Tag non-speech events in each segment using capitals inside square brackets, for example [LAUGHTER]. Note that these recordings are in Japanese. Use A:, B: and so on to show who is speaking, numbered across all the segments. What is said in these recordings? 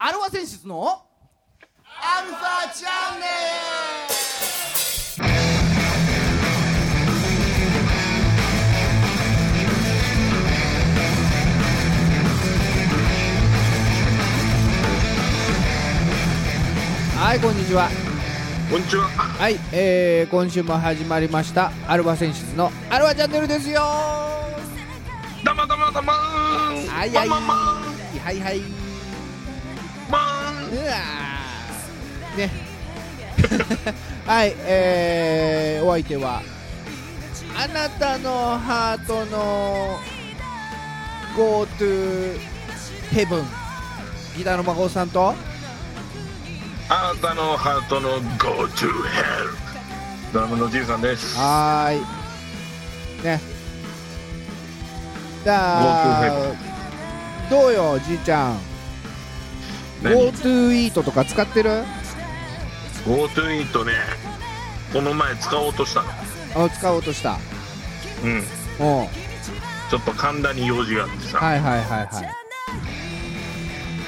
A: 和選出のアルファチャンネ
B: はいこんにちは
C: こんにちは。
B: はい、えー、今週も始まりましたアルファ選出のアルファチャンネルですよ
C: だまだまだまーん。
B: はい
C: ま
B: は
C: ん
B: い
C: まんま
B: はいはい
C: ーん。まーん。
B: うわーね [LAUGHS] はいえー、お相手はあなたのハートの GoToHeaven ギターの孫さんと
C: あなたのハートの Go to Hell。ドラムのじいさんです。
B: はーいねだーどうよじいちゃん
C: 何
B: GoToEat とか使ってる
C: Go to Eat ね。この前使おうとしたの。
B: あ使おうとした
C: うん。
B: おう
C: ちょっと神田に用事があってさ。
B: はいはいはいはい [LAUGHS]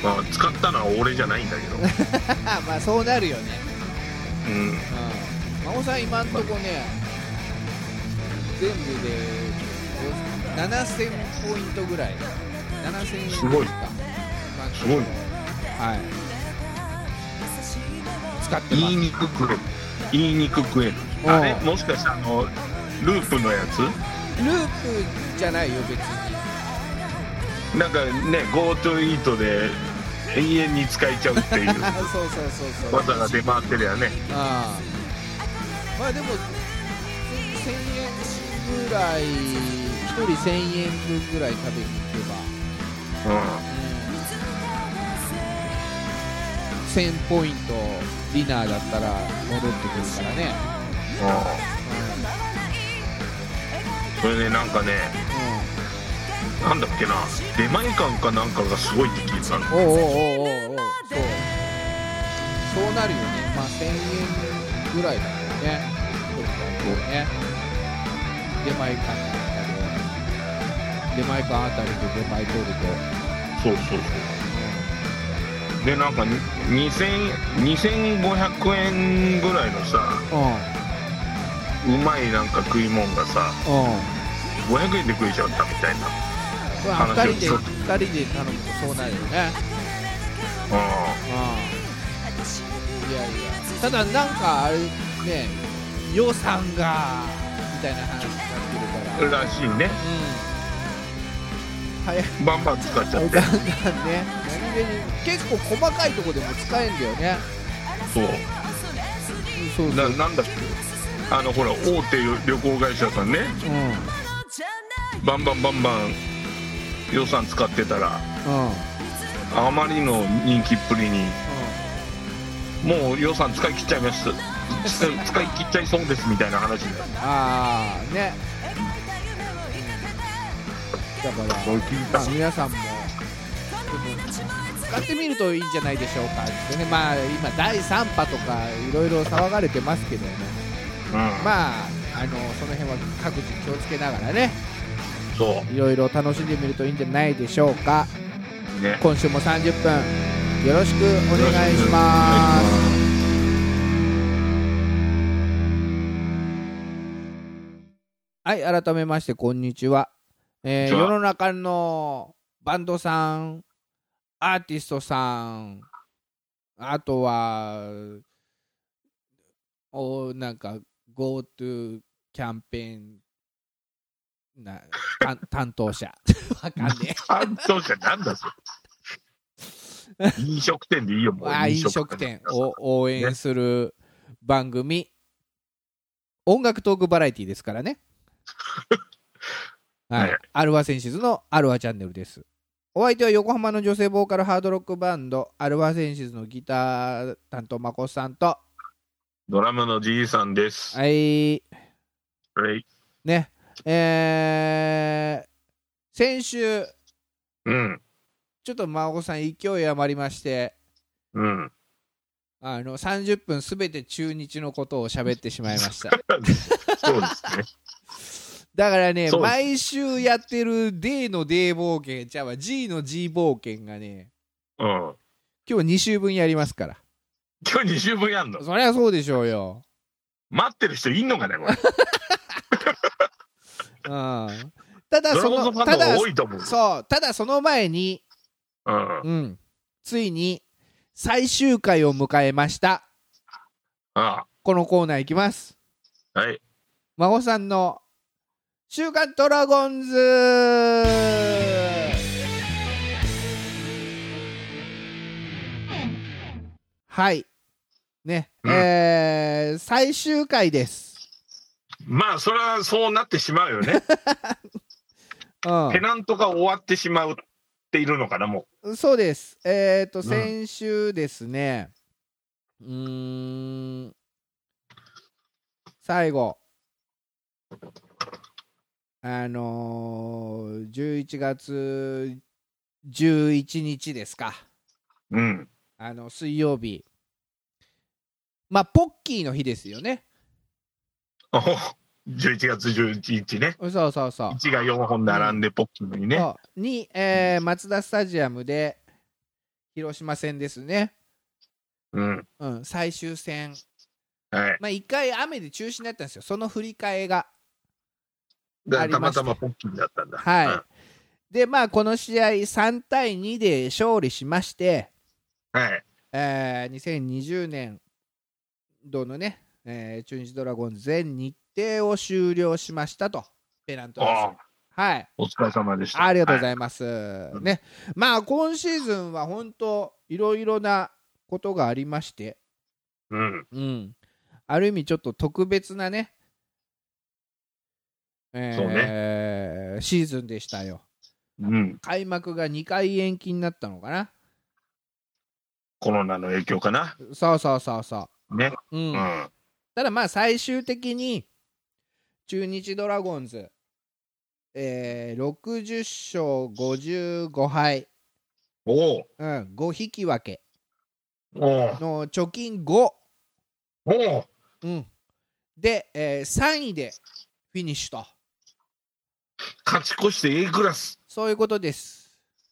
C: まあ、使ったのは俺じゃない
B: [LAUGHS]
C: んだけど。
B: まあそうなるよね
C: うん。
B: うん孫さん今んとこね全部で7000ポイントぐらい7000
C: すごい
B: か
C: すごい
B: はい使ってま
C: 言
B: す
C: いにくく、言いにくくえる。
B: おう
C: あれもしかしてあの、ループのやつ
B: ループじゃないよ別に
C: なんかね、Go to Eat で永遠に使えちゃうっ
B: [LAUGHS]
C: ていう
B: そうそうそうそう
C: 技が出回ってるよね。
B: ああまあでも1000円ぐらい1人1000円分ぐらい食べに行けば
C: うん。
B: 1000ポイントディナーだったら戻ってくるからね
C: それでなんかねなんだっけな出前館かなんかがすごいって聞いてたの
B: うんおうおうおうおうおうそうそうなるよねまあ1000円ぐらいだよねそうだね出前館あたり出前館あたりと出前取ると
C: そうそうそうでなんかに2000 2500円ぐらいのさ
B: う
C: うまいなんか食い物が
B: ん
C: さ
B: うん
C: 500円で食えちゃったみたいな
B: まあ
C: 話
B: 2人
C: を
B: で
C: そう
B: 二人で頼むとそうなるよね
C: う
B: うんいやいやただなんかあれね予算がみたいな話になってる
C: ん
B: から
C: らしいね
B: うん早い
C: バンバン使っち
B: ガ
C: ゃっ
B: ン
C: て
B: ガンね何気に結構細かいとこでも使えんだよね
C: そう
B: そう
C: ななんだっけあのほら大手旅行会社さんね
B: うんうん
C: バンバンバンバン予算使ってたらあまりの人気っぷりにもう予算使い切っちゃい
B: [LAUGHS]
C: ます使い使い切っちゃいそうですみたいな話になる
B: ああねだから
C: そう聞い
B: まあ、皆さんも使ってみるといいんじゃないでしょうかでねまあ今第3波とかいろいろ騒がれてますけどね
C: うん
B: まああのその辺は各自気をつけながらね
C: そ
B: いろいろ楽しんでみるといいんじゃないでしょうか
C: うね
B: 今週も30分よろしくお願いしますはい改めましてこんにちは、えー
C: こんにちは
B: 世の中のバンドさんアーティストさんあとはおなんか GoTo キャンペーンなたん担 [LAUGHS] 当者わかんね
C: 担当者なんだそれ飲食店でいいよ
B: え
C: もう
B: わあ飲食店を応援する番組、音楽トークバラエティですからね [LAUGHS] はい、
C: はい
B: アルファセンシズのアルファチャンネルですお相手は横浜の女性ボーカルハードロックバンドアルファセンシズのギター担当まこさんと
C: ドラムのじいさんです、
B: はい
C: はい、
B: ねえー、先週
C: うん
B: ちょっとまこさん勢い余りまして
C: うん
B: あの30分すべて中日のことを喋ってしまいました
C: そうですね
B: だからね、
C: そうです
B: 毎週やってる D の D 冒険、じゃあ G の G 冒険がね、
C: うん
B: 今日2週分やりますから
C: 今日2週分やんの
B: そりゃそうでしょうよ
C: 待ってる人いんのかねこれ
B: うんただ
C: ド
B: [LAUGHS]
C: ラ
B: そ
C: ゴンズ
B: の
C: ファ
B: た
C: ンの方
B: だ
C: が多いと思う
B: そうただその前に
C: うん
B: うんついに最終回を迎えました
C: あ
B: このコーナーいきます
C: あはい
B: 孫さんの「週刊ドラゴンズ」はいね、
C: うん
B: えー最終回です、
C: まあそれはそうなってしまうよね
B: うん
C: ペナントが終わってしまうっているのかなも
B: そうです。えっ、と、
C: ん
B: 先週ですね、うーん、最後、あのー、11月11日ですか、
C: ううん [LAUGHS]
B: あの水曜日、まあ、ポッキーの日ですよね。
C: おほ11月11日ね
B: そうそうそう。
C: 1が4本並んでポッキーのにね、
B: そうに、えーマツダスタジアムで、広島戦ですね、
C: うん
B: うん、最終戦。
C: はい、
B: まあ、一回雨で中止になったんですよ、その振り替えが。
C: だ
B: あり
C: た
B: ま
C: ま
B: した
C: たまポッキーだったんだ
B: はいで、まあ、この試合、3対2で勝利しまして、
C: うんはい
B: えー2020年度のね、えー中日ドラゴンズ全日程を終了しましたと、ペナントレース
C: ああ
B: はい、
C: お疲れ様でした
B: ありがとうご
C: は
B: ざ
C: い
B: います。
C: い
B: ね、まあ、今シーズンは本当、いろいろなことがありまして、
C: うん
B: うん、ある意味ちょっと特別なね、
C: そう
B: えーシーズンでしたよ。
C: うん
B: 開幕が2回延期になったのかな。
C: コロナの影響かな
B: そうそうそうそ
C: ね
B: う。うん
C: うん、
B: ただまあ最終的に中日ドラゴンズ、えー60勝55敗、
C: おう
B: うん、5引き分け
C: おう
B: の貯金5、
C: おう
B: うん、で、え3位でフィニッシュと
C: 勝ち越して A クラス
B: そういうことです。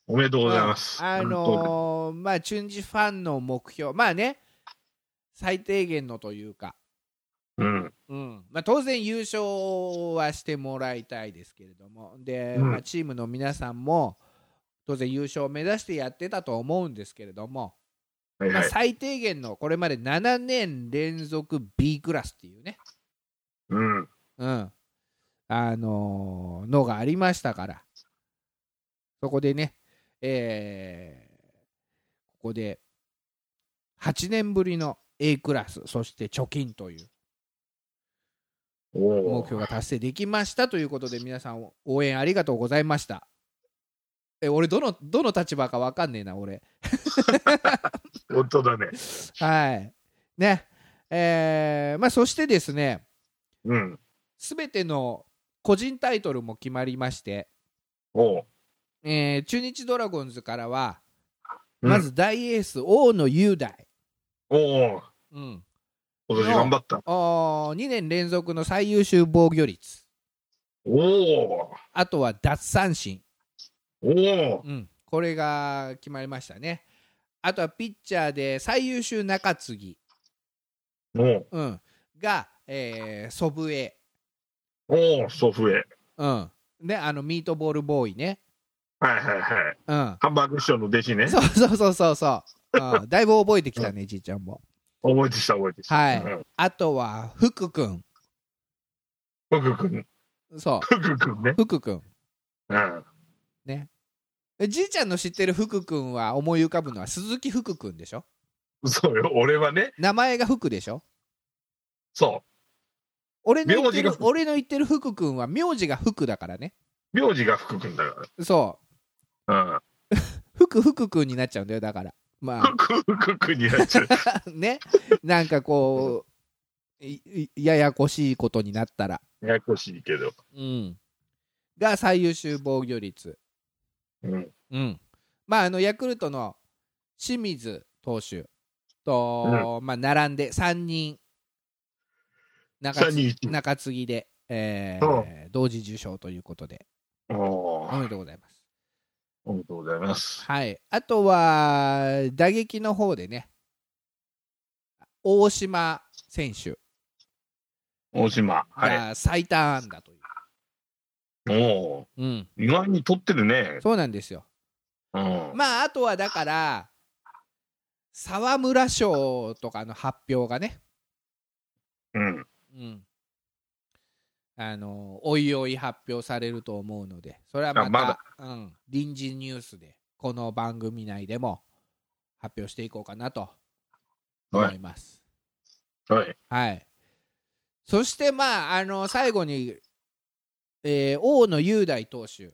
C: おめでとうございます。
B: あ
C: 本
B: のーまあ中日ファンの目標まあね最低限のというか、
C: 当にうん、
B: うんまあ、当然優勝はしてもらいたいですけれどもで、
C: うん
B: まあ、チームの皆さんも当然優勝を目指してやってたと思うんですけれども、
C: はい
B: まあ、
C: はい。
B: 最低限のこれまで7年連続 B クラスっていうね、
C: うん、
B: うんあのーのがありましたからそこでね、えーここで8年ぶりの A クラスそして貯金という
C: お
B: 目
C: お
B: 標が達成できましたということで皆さん応援ありがとうございましたえ俺どのどの立場か分かんねえな俺
C: ー、本当だね。
B: はいねえーまあそしてですね
C: うん、
B: すべての個人タイトルも決まりまして
C: おお
B: えー中日ドラゴンズからは、
C: うん
B: まず大エース大野雄大、
C: おお
B: うん、
C: 今年頑張った。
B: 2年連続の最優秀防御率
C: おお
B: あとは奪三振、
C: おお
B: うん、これが決まりましたねあとはピッチャーで最優秀中継ぎ、
C: お
B: うん、が、えー、祖父江、
C: おお祖父江。
B: うんね、あのミートボールボーイね、
C: はいはいはい。
B: うん、
C: ハンバーグ師匠の弟子ね。
B: そうそうそうそうそう、 [LAUGHS] うん、だいぶ覚えてきたねじいちゃんも
C: 覚えてした覚えてした。
B: はい
C: うん
B: あとは福君
C: 福君、 [LAUGHS]
B: そう
C: 福君ね。
B: 福君
C: うん。
B: えじいちゃんの知ってる福君は思い浮かぶのは鈴木福君でしょ
C: そうよ、俺はね、
B: 名前が福でしょ
C: そ
B: 俺の言って
C: 名字が
B: る
C: 福
B: 俺の言ってる福君は名字が福だからね
C: う、名字が福君だか
B: そ
C: ら。
B: う福福君になっちゃうんだよだから
C: う
B: ま
C: ん。福、福君になっち
B: [LAUGHS]
C: ゃう。
B: あねなんかこういいややこしいことになったら
C: ややこしいけど。
B: うんが最優秀防御率
C: うん。
B: うんまああのヤクルトの清水投手と、まあ並んで3人中
C: 3
B: 継ぎ
C: 人一
B: 中継ぎで、えー同時受賞ということで
C: お
B: おめ
C: お
B: でとうございます
C: おめでとうございます。
B: はい、あとは打撃の方でね大島選手
C: 大島。は
B: が最多安打という、
C: い。おお
B: うん、
C: ー、意外に取ってるね。
B: そうなんですよ
C: うん。
B: まああとはだから沢村賞とかの発表がね、
C: うん。
B: うん、あのおいおい発表されると思うのでそれはまた
C: あまだ
B: うん、臨時ニュースでこの番組内でも発表していこうかなと思います。
C: はい。
B: はい。そして、まあ、あの、最後に、えー大野雄大投手、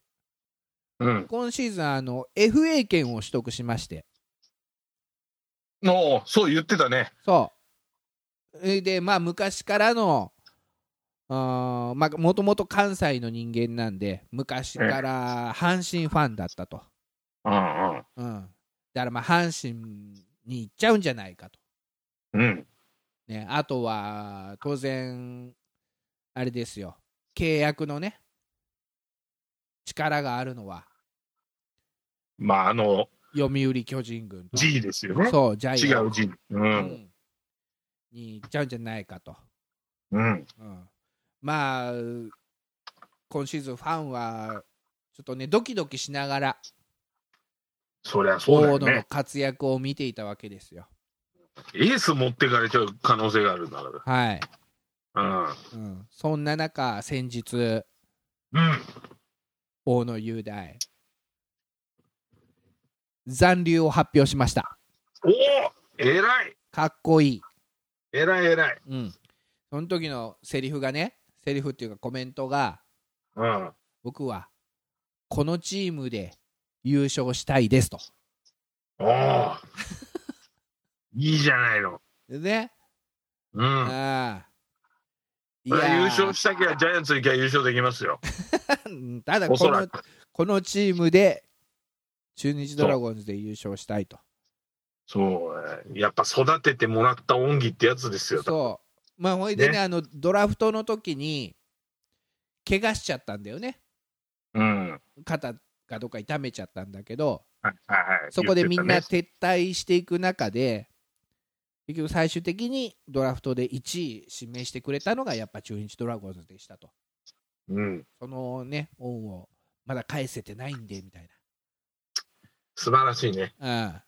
C: うん。
B: 今シーズン、あの、FA 権を取得しまして、
C: おお、そう言ってたね。
B: そう。えーで、まあ、昔からの、あーまあ、もともと関西の人間なんで、昔から阪神ファンだったと。
C: うんうん。
B: うん。だから、まあ、阪神に行っちゃうんじゃないかと。
C: うん。
B: ね、あとは、当然、あれですよ、契約のね、力があるのは、
C: まあ、あの、
B: 読売巨人軍と、
C: G ですよね。
B: そう、ジャ
C: 違
B: イアン
C: う G。う。
B: うんんに行っちゃうんじゃないかと。
C: うん。
B: うん、まあ、今シーズン、ファンは、ちょっとね、ドキドキしながら、
C: そりゃそうだ
B: 大
C: よ
B: 野の
C: ね。
B: 活躍を見ていたわけですよ。
C: エース持ってかれちゃう可能性があるんだか
B: はい。
C: ら。
B: うん、そんな中、先日、
C: うん。うん。
B: 大野雄大残留を発表しました
C: おお偉い
B: かっこいい、
C: 偉い偉い。
B: うん、その時のセリフがねセリフっていうかコメントが
C: うん。
B: 僕はこのチームで優勝したいですと [LAUGHS]
C: おおいいじゃないの。
B: でね、
C: うん。
B: ああい
C: 優勝
B: し
C: したきゃジャイアンツ行きゃ優勝できますよ。
B: ただ
C: おそ
B: こ
C: ら
B: の
C: く。
B: このチームで中日ドラゴンズで優勝したいと
C: そう。やっぱ育ててもらった恩義ってやつですよ。
B: そうまあほいでね
C: ね
B: あのドラフトの時に怪我しちゃったんだよね
C: うん。はい
B: 肩がどっか痛めちゃったんだけど
C: はいはい。
B: そこでみんな
C: 言って
B: 撤退していく中で、結局最終的にドラフトで1位指名してくれたのがやっぱ中日ドラゴンズでしたと
C: たね。うん。
B: そのね恩をまだ返せてないんでみたい
C: 素晴らしいね。
B: な、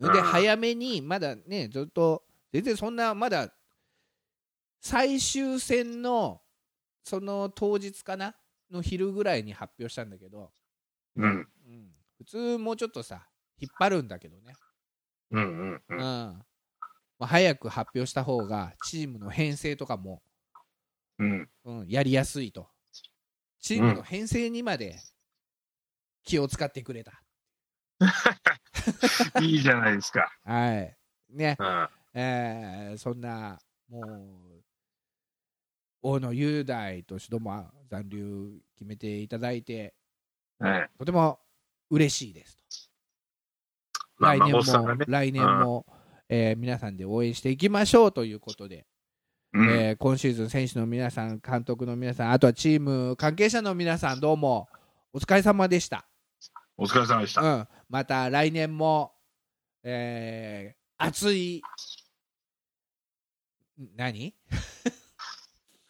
B: うん、で
C: うん
B: 早めにまだねずっと全然そんなまだ最終戦のその当日かなの昼ぐらいに発表したんだけど、
C: うん。
B: うん、普通もうちょっとさ引っ張るんだけどね
C: うんう
B: うんん
C: うん。
B: まあ、早く発表した方がチームの編成とかも、
C: うん。
B: うん、やりやすいとチームの編成にまで気を使ってくれた、
C: いいじゃないで
B: [LAUGHS]
C: すか。
B: はいね
C: うん。
B: えーそんなもう大野雄大としどもは残留決めていただいて
C: はい
B: とても嬉しいですと
C: まあ、
B: 来年
C: 孫さんが
B: も
C: ね。
B: 来年も、えー皆さんで応援していきましょうということで
C: うん。
B: えー今シーズン、選手の皆さん、監督の皆さん、あとはチーム関係者の皆さん、どうもお疲れ様でした。
C: お疲れ様でし
B: う
C: た。
B: ん、また来年も、えー熱い、ん何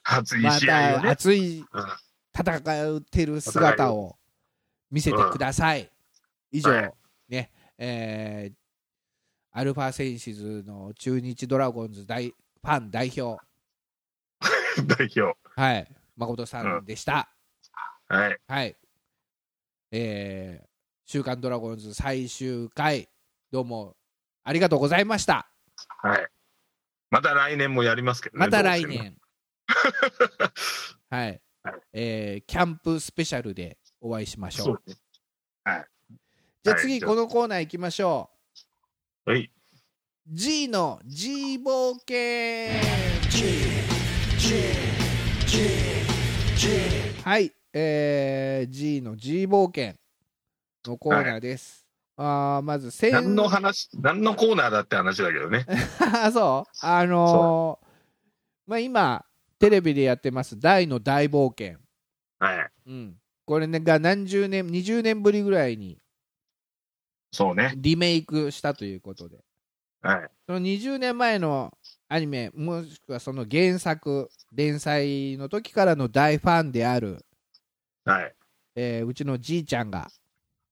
C: 初いい
B: ま
C: 試合を
B: た
C: ね。
B: 熱い
C: うん
B: 戦ってる姿を見せてください。以上
C: はい、
B: ね、えーアルファセンシズの中日ドラゴンズ大ファン代表、
C: 代表。
B: はい、誠さんでした。
C: はい。
B: はい。えー、週刊ドラゴンズ最終回、どうもありがとうございました。
C: はい。また来年もやりますけどね。
B: また来
C: どうしても。
B: 年。はい。えー、キャンプスペシャルでお会いしましょ。
C: そううね。
B: じゃあ
C: はい
B: 次、
C: じゃあ
B: このコーナー行きましょう。
C: はい。
B: G の G 冒険 G, G, G, G はい、えー、G の G 冒険のコーナーです。あーまず先
C: 何の話、何のコーナーだって話だけどね。
B: あ [LAUGHS] そうあのーまあ今テレビでやってます「大の大冒険
C: はい。」
B: うん、これねが何十年20年ぶりぐらいに
C: そうね。
B: リメイクしたということで、
C: はい。
B: その20年前のアニメ、もしくはその原作、連載の時からの大ファンである、
C: はい。
B: えーうちのじいちゃんが、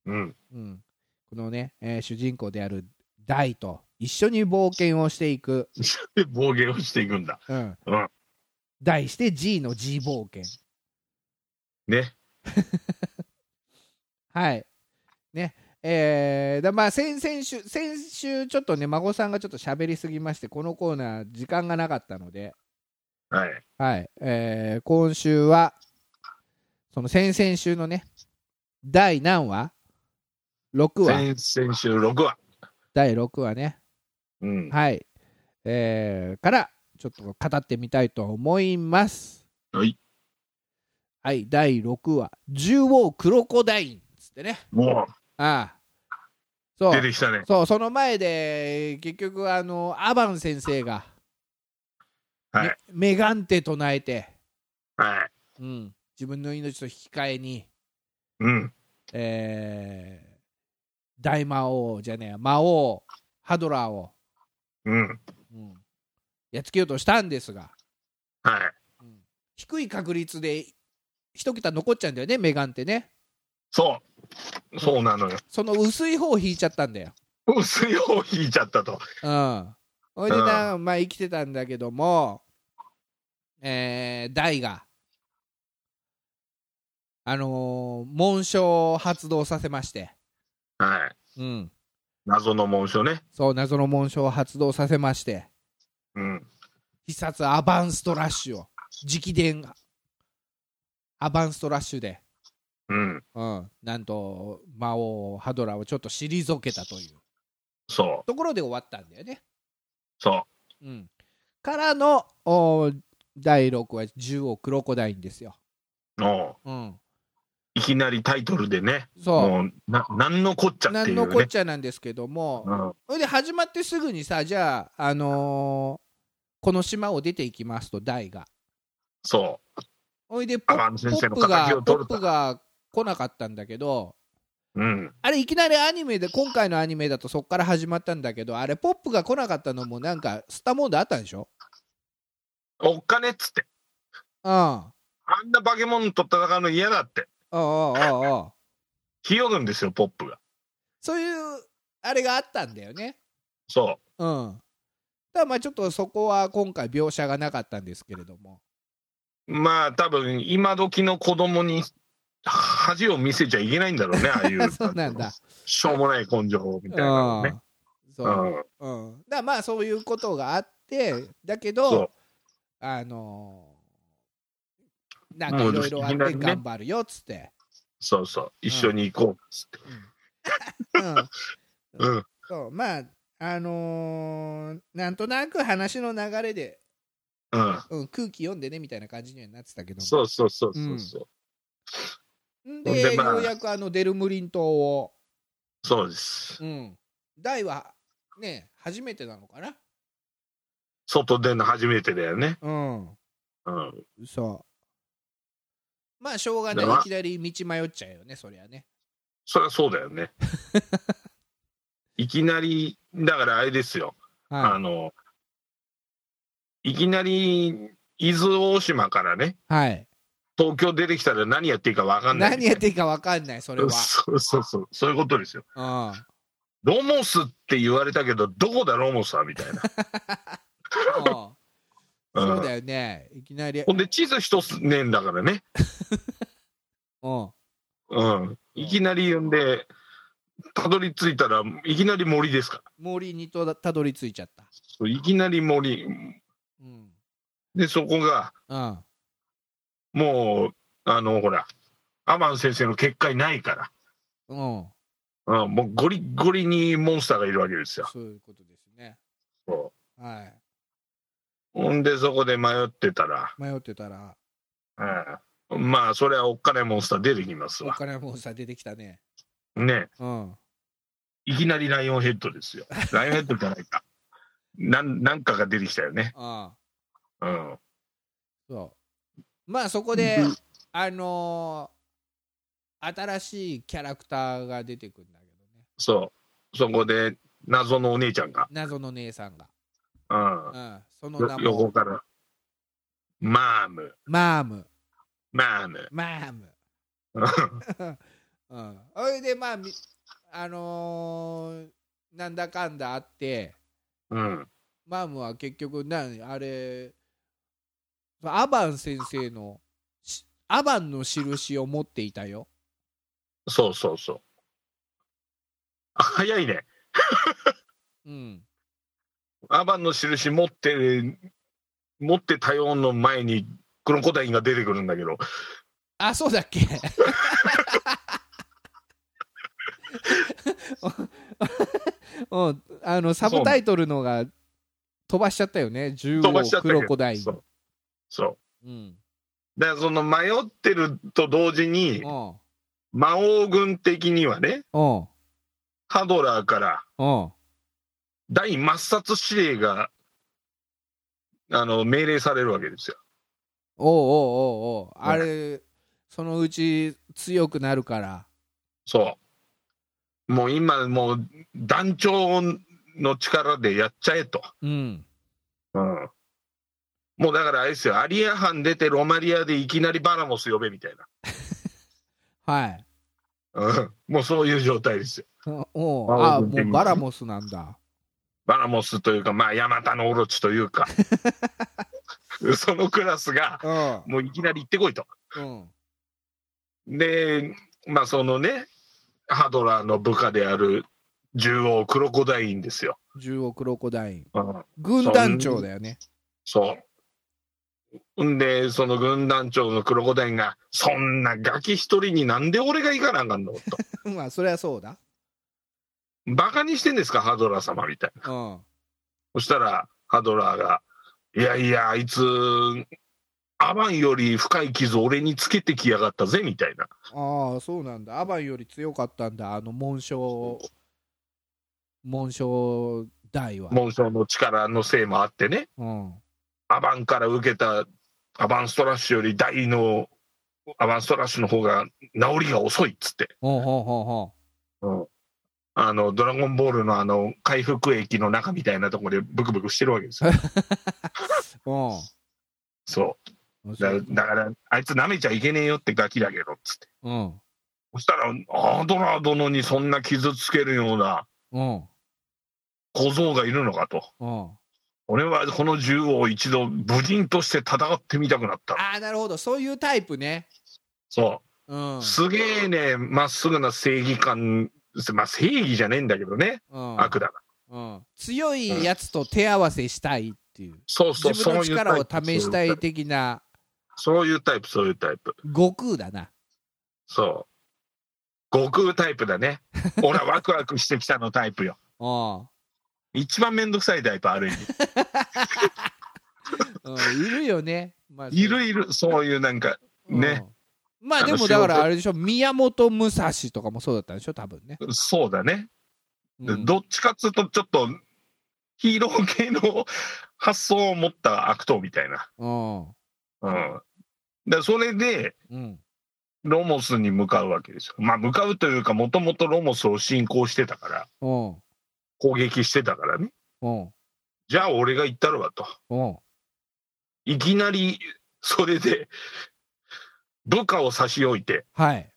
C: うん。
B: うん、このね、えー主人公である大と一緒に冒険をしていく、
C: で、暴言をしていくんだ。
B: うん
C: うん
B: 題して G の G 冒険。
C: ね。
B: [LAUGHS] はい。ね。えーだまあ先先週、先週ちょっとね、孫さんがちょっと喋りすぎまして、このコーナー、時間がなかったので、
C: はい。
B: はい。えー今週は、その先々週のね、第何話 ?6 話。
C: 先先週6話。
B: 第6話ね。
C: う
B: [LAUGHS]
C: ん。
B: はい。えーから、ちょっと語ってみたいと思います。
C: はい。
B: はい、第6話、縦横クロコダインっつってね。
C: も
B: ああ。
C: う、
B: そう
C: 出。てきたね。
B: そう、その前で、結局、あの、アバン先生が、
C: はい
B: めメガンテ唱えて、
C: はい。
B: うん、自分の命と引き換えに、
C: うん。
B: えー大魔王じゃねえや、魔王、ハドラーを、
C: うん。
B: うん、やっつけようとしたんですが、
C: はい。
B: うん低い確率で一桁残っちゃうんだよね、メガンテね。
C: そう。そうなのよ。
B: その薄い方を引いちゃったんだよ。
C: [LAUGHS] 薄い方を引いちゃったと。
B: うん。ほいでな、まあ生きてたんだけども、えー、ダイが、あのー、紋章を発動させまして、
C: はい。
B: うん。
C: 謎の紋章ね。
B: そう、謎の紋章を発動させまして、
C: うん。
B: 必殺アバンストラッシュを、直伝、アバンストラッシュで、
C: うん。
B: うん、なんと魔王ハドラーをちょっと退けたという
C: そう。
B: ところで終わったんだよね。
C: そ
B: うん、からのおー第6話「銃をクロコダイン」ですよ。
C: う。も
B: うん、
C: う、いきなりタイトルでね。
B: そ
C: もう、な、なんのこっちゃ
B: う
C: って
B: 何
C: い
B: の
C: う
B: こっ
C: ね。
B: ちゃなんですけども、そ
C: うん。
B: れで始まってすぐにさじゃあ、あのーこの島を出ていきますと大が。
C: そ
B: おいでポ
C: アバン
B: ポ
C: 先生
B: ッ
C: の
B: プが
C: 敵を
B: ポ
C: 取
B: ッ
C: ると
B: プが来なかったんだけど
C: う。うん。
B: あれいきなりアニメで今回のアニメだとそこから始まったんだけどあれポップが来なかったのもなんかスタモードあったんでしょ
C: おっかねっつって。
B: うん
C: あんな化け物と戦うの嫌だって。
B: ああああああ
C: ひよるんですよ、ポップが。
B: そういうあれがあったんだよね。
C: そ
B: うん。ただまあちょっとそこは今回描写がなかったんですけれども。
C: う。まあ、多分、今時の子供に恥を見せちゃいけないん
B: [LAUGHS]
C: だろうね、ああい
B: [LAUGHS]
C: う。
B: そうなんだ。
C: しょうもない根性みたいなのね。
B: うん。そ
C: う
B: う。
C: ん。
B: うん。だからまあそういうことがあってだけ
C: そ
B: どあのーなんかいろいろあっ
C: もう
B: て
C: ね
B: 頑張るよっつって。
C: そうそう。一緒に行こうっつって。
B: うん。
C: うん。
B: そうまああのーなんとなく話の流れで、
C: うん。
B: うん、空気読んでねみたいな感じにはなってたけども
C: そうそうそうそうそう。
B: ん
C: ほん
B: で、
C: でまあ
B: ようやくあのデルムリン島を、
C: そうです。
B: うん、大はね初めてなのかな
C: 外出るの初めてだよね。
B: う
C: うん。
B: んそうまあしょうがない
C: だから
B: いきなり道迷っちゃうよねそりゃね
C: そりゃそうだよ
B: [LAUGHS]
C: ね。いきなり、だからあれですよ。あ
B: は
C: の、いきなり、伊豆大島からね、
B: い、はい、
C: 東京出てきたら何やっていいか分かんない。
B: 何やっていいかわかんないそれは
C: [LAUGHS] そうそうそう。そういうことですよ。
B: うん
C: ロモスって言われたけど、どこだロモスはみたいな。
B: そう
C: うん
B: [LAUGHS] そうだよねいきなり
C: ほんで、地図一つねえんだからね。
B: うん
C: うん。いきなり呼んで、たどり着いたらいきなり森ですか
B: 森にとだたどり着いちゃった
C: ら。いきなり森。
B: うん
C: で、そこが、
B: うん
C: もう、あの、ほら、アマン先生の結界ないか
B: うん
C: ら、うん、もうゴリッゴリにモンスターがいるわけですよ。
B: そういうことですね
C: そ
B: は
C: うほんで、そこで迷ってたら、
B: い迷ってたら
C: うん、まあ、それはおっかないモンスター出てきます
B: お
C: わ。
B: 金もさ出てきたね
C: ね、
B: うん
C: いきなりライオンヘッドです
B: [LAUGHS]
C: よ。ライオンヘッドじゃないか。なんなんかが出てきたよね。
B: ああ
C: うん。
B: そうまあそこで
C: うん
B: あのー新しいキャラクターが出てくるんだけどね
C: そそこで謎のお姉ちゃんが、
B: 謎の姉さんが、
C: うん
B: うん、その
C: よ
B: 名、
C: 横
B: も
C: から、マーム、
B: マーム
C: マーム。
B: マーム
C: う
B: う
C: ん
B: んそれでまあみあのーなんだかんだあって
C: うん、
B: マームは結局なんあれアバン先生のしアバンの印を持っていたよ
C: そうそうそう。あ早いね。
B: うん
C: アバンの印持って、持ってたよの前に、クロコダインが出てくるんだけど、
B: あそうだっけ [LAUGHS] うんあのサブタイトルのが飛ばしちゃったよね
C: 飛ばしち
B: 15
C: ゃ
B: ク
C: ったけど
B: ロコダイン
C: そう。そう
B: うん
C: だからその迷ってると同時に、
B: うん
C: 魔王軍的にはね、
B: うん
C: ハドラーから
B: うん
C: 大抹殺指令が、あの、命令されるわけですよ。
B: おうおうおうおうあれそのうち強くなるから
C: そう。もう今、もう団長の力でやっちゃえと。
B: うん
C: うん。もうだからあれですよ、アリアハン出てロマリアでいきなりバラモス呼べみたい
B: はい
C: な。うん。もうそういう状態ですよ。
B: おう
C: あ
B: あ
C: 僕
B: もうバラモスなんだ
C: バラモスというか、まあ、ヤマタのオロチというか、 [LAUGHS] そのクラスが、
B: う
C: もういきなり行ってこいと。
B: んうん
C: で、まあ、そのね、ハドラーの部下である獣王クロコダインですよ。
B: 十億クロコダイン
C: うん、
B: 軍団長だよね [LAUGHS]
C: そう。んで、その軍団長のクロコダインが、そんなガキ一人になんで俺が行かなあかんのと。
B: まあそりゃそうだ
C: バカにしてんですか、ハドラー様みたいな。
B: うん
C: そしたら、ハドラーが、いやいや、あいつ、アバンより深い傷俺につけてきやがったぜ、みたいな。
B: ああそうなんだアバンより強かったんだあの紋章紋章大は
C: 紋章の力のせいもあってね。
B: うん
C: アバンから受けたアバンストラッシュより大のアバンストラッシュの方が治りが遅いっつって、
B: ほうほうほうほ
C: あのドラゴンボールのあの回復液の中みたいなところでブクブクしてるわけですよ。
B: う
C: そ
B: うん
C: うだだからあいつ舐めちゃいけねえよってガキだけどっつって
B: うん
C: そしたらアドラー殿にそんな傷つけるような
B: うん
C: 小僧がいるのかと
B: うん
C: 俺はこの銃を一度武人として戦ってみたくなった
B: ああなるほどそういうタイプね
C: そう
B: うん
C: すげえね、まっすぐな正義感、まあ、正義じゃねえんだけどね、
B: うん
C: 悪だな。
B: うん、強いやつと手合わせしたいっていう、
C: そうそう、
B: 自分の
C: そういう
B: 力を
C: タイプ
B: 試したい。的な
C: そういうタイプ、そういうタイプ。
B: 悟空だな
C: そう。悟空タイプだ
B: [LAUGHS]
C: ね。俺はワクワクしてきたのタイプよ。
B: うん
C: 一番めんどくさいタイプ、ある意味。
B: うん、いるよね、まあ、
C: いるいる、そういうなんか、
B: うん
C: ね
B: まあでもだからあれでしょ宮本武蔵とかもそうだったんでしょ多分ね、
C: そうだね。
B: うん
C: どっちかっつうと、ちょっと、ヒーロー系の発想を持った悪党みたいな。
B: うん
C: うん。で、それで、
B: うん
C: ロモスに向かうわけですよ。まあ向かうというか、もともとロモスを侵攻してたから、
B: うん
C: 攻撃してたからね。
B: うん
C: じゃあ俺が行ったろかと。
B: うん
C: いきなり、それで、部下を差し置いて、
B: はい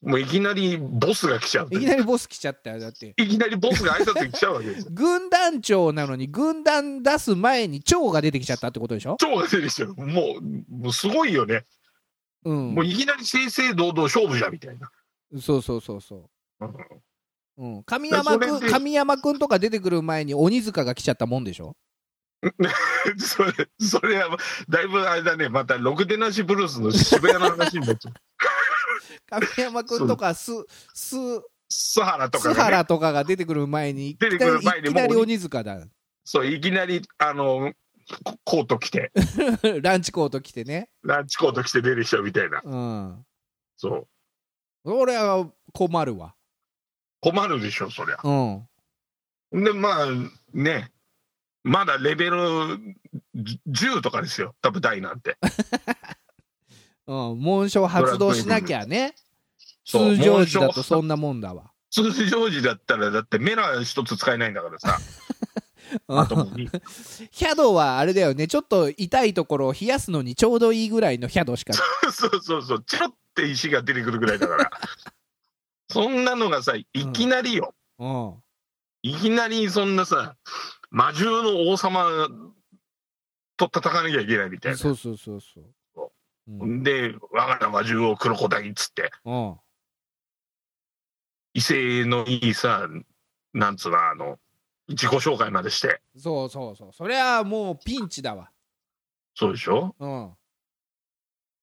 C: もういきなりボスが来ちゃう。
B: いきなりボス来ちゃったよだって。
C: いきなりボスが挨拶に来ちゃうわけですよ [LAUGHS]
B: 軍団長なのに軍団出す前に長が出てきちゃったってことでしょ、
C: 超が出てきちゃう。もう、もうすごいよね。
B: うん
C: もう、いきなり正々堂々勝負じゃみたいな。
B: そうそうそうそう
C: うん
B: うん、神山く
C: それ
B: ん
C: で
B: 神山くんとか出てくる前に鬼塚が来ちゃったもんでしょ
C: [LAUGHS] それ、それは、だいぶあれだね、また、ろくでなしブルースの渋谷の話になっちゃう。 [LAUGHS]
B: 神山くんとかすす
C: 須原とか
B: 須
C: が、ね。
B: 原とかが出てくる前にいきな
C: 出
B: り
C: てくる前に
B: い
C: もう
B: きなり鬼塚だ [LAUGHS]
C: そう、いきなり、あの、ココート着て、
B: ランチコート着てね
C: ランチコート着て出る人みたいな。
B: うん
C: そう。
B: 俺は困るわ
C: 困るでしょ、そりゃ。
B: うん
C: で、まあ、ね、まだレベルじ10とかですよ、多分大なんて。
B: うん紋章発動しなきゃね
C: そう
B: 通常時だとそんなもんだわ
C: 通常時だったら、だってメラ一つ使えないんだからさ。あともうに
B: ヒャドはあれだよね、ちょっと痛いところを冷やすのにちょうどいいぐらいのヒャドしか。
C: [LAUGHS] そうそうそう、チロって石が出てくるぐらいだから。 [LAUGHS] そんなのがさ、いきなりよ。
B: うん。
C: いきなりそんなさ、魔獣の王様と戦わなきゃいけないみたいな。
B: そうそうそうそう。うん。
C: で、我が魔獣をクロコダインっつって、
B: うん。
C: 威勢のいいさ、なんつうの、あの、自己紹介までして、
B: そうそうそう。そりゃもうピンチだわ。
C: そうでしょ
B: うん。あ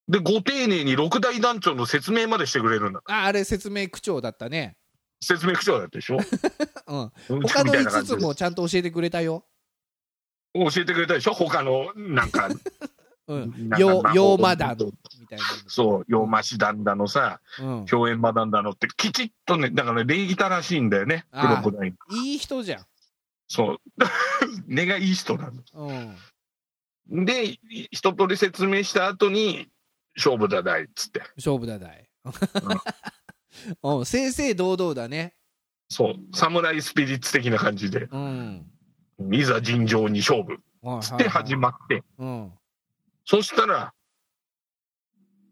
C: で、ご丁寧に六大団長の説明までしてくれるんだ。
B: あれ説明口調だったね。
C: 説明口調だったで
B: [LAUGHS]
C: しょ
B: うん。
C: うん
B: 他の
C: みたいな
B: 5
C: 感じ
B: つ
C: で
B: もちゃんと教えてくれたよ。
C: 教えてくれたでしょ他の、な
B: [LAUGHS]
C: んか、
B: うん
C: な。んか
B: よ
C: まあ
B: う、ようまだのみたい
C: そう、洋マシダンだのさ、
B: な。うん。
C: 共演マダンだのって、きちっとね、だから礼儀正しいんだよね、ク
B: ああ
C: ロコダイン。
B: いい人じゃん。
C: そう。 [LAUGHS] 根がいい人な
B: うん。
C: の。で、い一通り説明した後に、勝負だだいっつって。
B: 勝負だだい。うん。正々堂々だね。
C: そう、侍スピリッツ的な感じで、
B: うん。
C: いざ尋常に勝負
B: はい
C: つって始まって、
B: うん。
C: そしたら、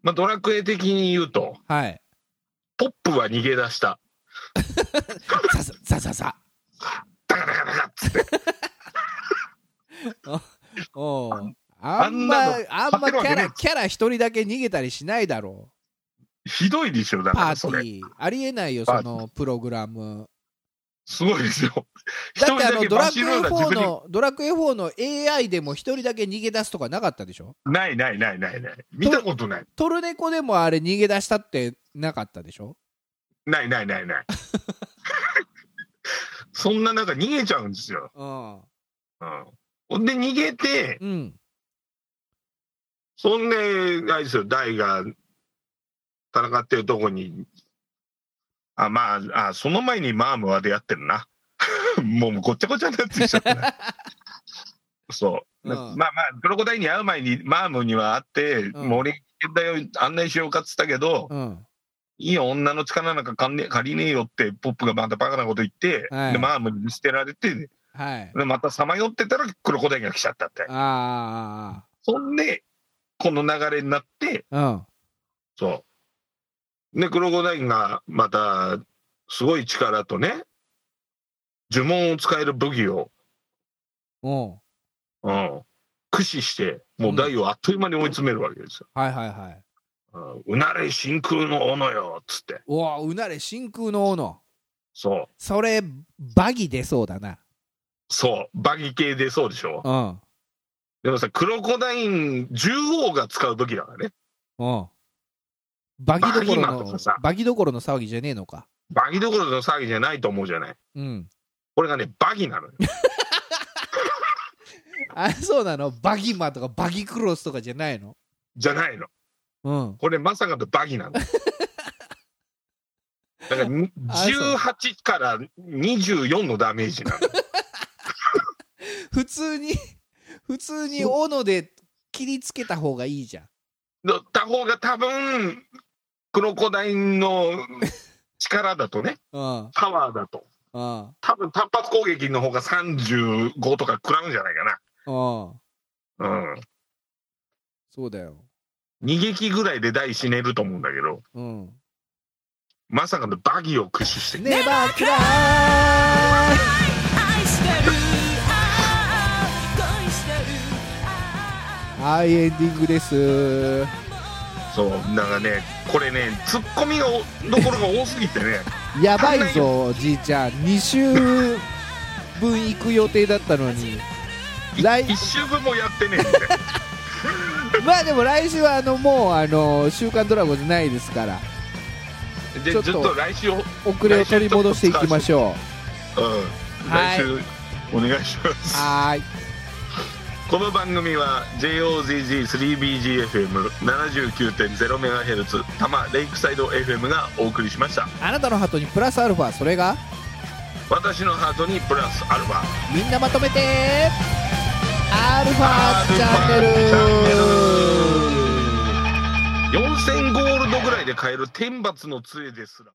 C: まあ、ドラクエ的に言うと、
B: はい。
C: ポップは逃げ出した。
B: さささささ。
C: ダカダカダカっつって、
B: おうあ
C: あ
B: ん
C: ん
B: ま
C: なの
B: あんま
C: 勝
B: キャ
C: てるわけねえ
B: ラキャラ一人だけ逃げたりしないだろ
C: ひどいでしょ、だ
B: う
C: か
B: パー
C: らそ
B: テ
C: れ。
B: ィーありえないよ
C: パ
B: そ
C: ーティー
B: のプログラム
C: すごいですよ。一
B: だ
C: 人
B: ってあ
C: だ
B: の
C: け
B: ドラ
C: バ
B: ク
C: シ
B: エ
C: ルーナ自
B: 4
C: 分に。
B: のドラクエ4の AI でも一人だけ逃げ出すとかなかったでしょ
C: ないないないないない。見たことない。
B: トルネコでもあれ逃げ出したってなかったでしょ
C: ないないな
B: [LAUGHS]
C: いない。そんな中逃げちゃうんですよ。
B: うん
C: うんほんで逃げて、
B: うん
C: そんで、あれですよ、大が戦ってるとこに、あ、まあ、あその前にマームは出会ってるな。 [LAUGHS] もうごっちゃごちゃになってきちゃったな。そう。
B: うん
C: まあまあ、クロコダインに会う前にマームには会って、
B: うん
C: もう俺、だよ、案内しようかっつったけど、
B: うん
C: いいよ、女の力なんか借りね借りねえよって、ポップがまたバカなこと言って、
B: はい
C: でマームに捨てられて、で
B: はい
C: またさまよってたらクロコダインが来ちゃったって。
B: あ
C: そんで、この流れになって、
B: あうん
C: そう。で、クロコダインがまた、すごい力とね、呪文を使える武器を、
B: うん
C: うん、駆使して、もう大をあっという間に追い詰めるわけですよ。
B: はいはいはい
C: うんうなれ真空の斧よ、つって。
B: うわうなれ真空の斧
C: そう。
B: それバギ出そうだな
C: そう。バギ系出そうでしょ。
B: うん
C: でもさ、クロコダイン、獣王が使う武器だからね。
B: うん。バギどころ
C: バギマンと
B: の
C: かさ、
B: バギどころの騒ぎじゃねえのか。
C: バギどころの騒ぎじゃないと思うじゃない。
B: うん。
C: これがね、バギな
B: [LAUGHS]
C: のよ。
B: あ、そうなのバギマンとかバギクロスとかじゃないの
C: じゃないの。
B: うん。
C: これまさかのバギなんだ。だからに
B: [LAUGHS] あそう
C: 18から24のダメージなの。
B: 普通に、 [LAUGHS] 普通に斧で切りつけた方がいいじゃん。
C: だった方が多分、クロコダインの力だとね、
B: うん。
C: パワーだと。
B: うん。
C: 多分単発攻撃の方が35とか食らうんじゃないか
B: うん。
C: な。うん。
B: そうだよ。
C: 逃げきぐらいで大死ねると思うんだけど、
B: うん。
C: まさかのバギを駆使して、
B: ネバークライ
D: 愛してるああ恋してるあ
B: はい、エンディングです。
C: そう、だからね、これね、ツッコミがおどころが多すぎて
B: [LAUGHS]
C: ね、
B: やばいぞ、じいちゃん。2週分行く予定だったのに。来
C: 一周分もやってねえみたいな。
B: まあでも来週はあのもうあの週刊ドラゴンじゃないですから [LAUGHS]
C: で
B: ち
C: ち
B: ょっ
C: ょ
B: と
C: っと来週、うん、
B: 遅れを取り戻していきましょはい
C: 来週お願いしま
B: う。
C: す
B: はーい
C: この番組は JOZZ3BGFM79.0MHz 多摩レイクサイド FM がお送りしました
B: あなたのハートにプラスアルファそれが
C: 私のハートにプラスアルファ
B: みんなまとめてアルファチャンネル
C: 4000ゴールドぐらいで買える天罰の杖ですら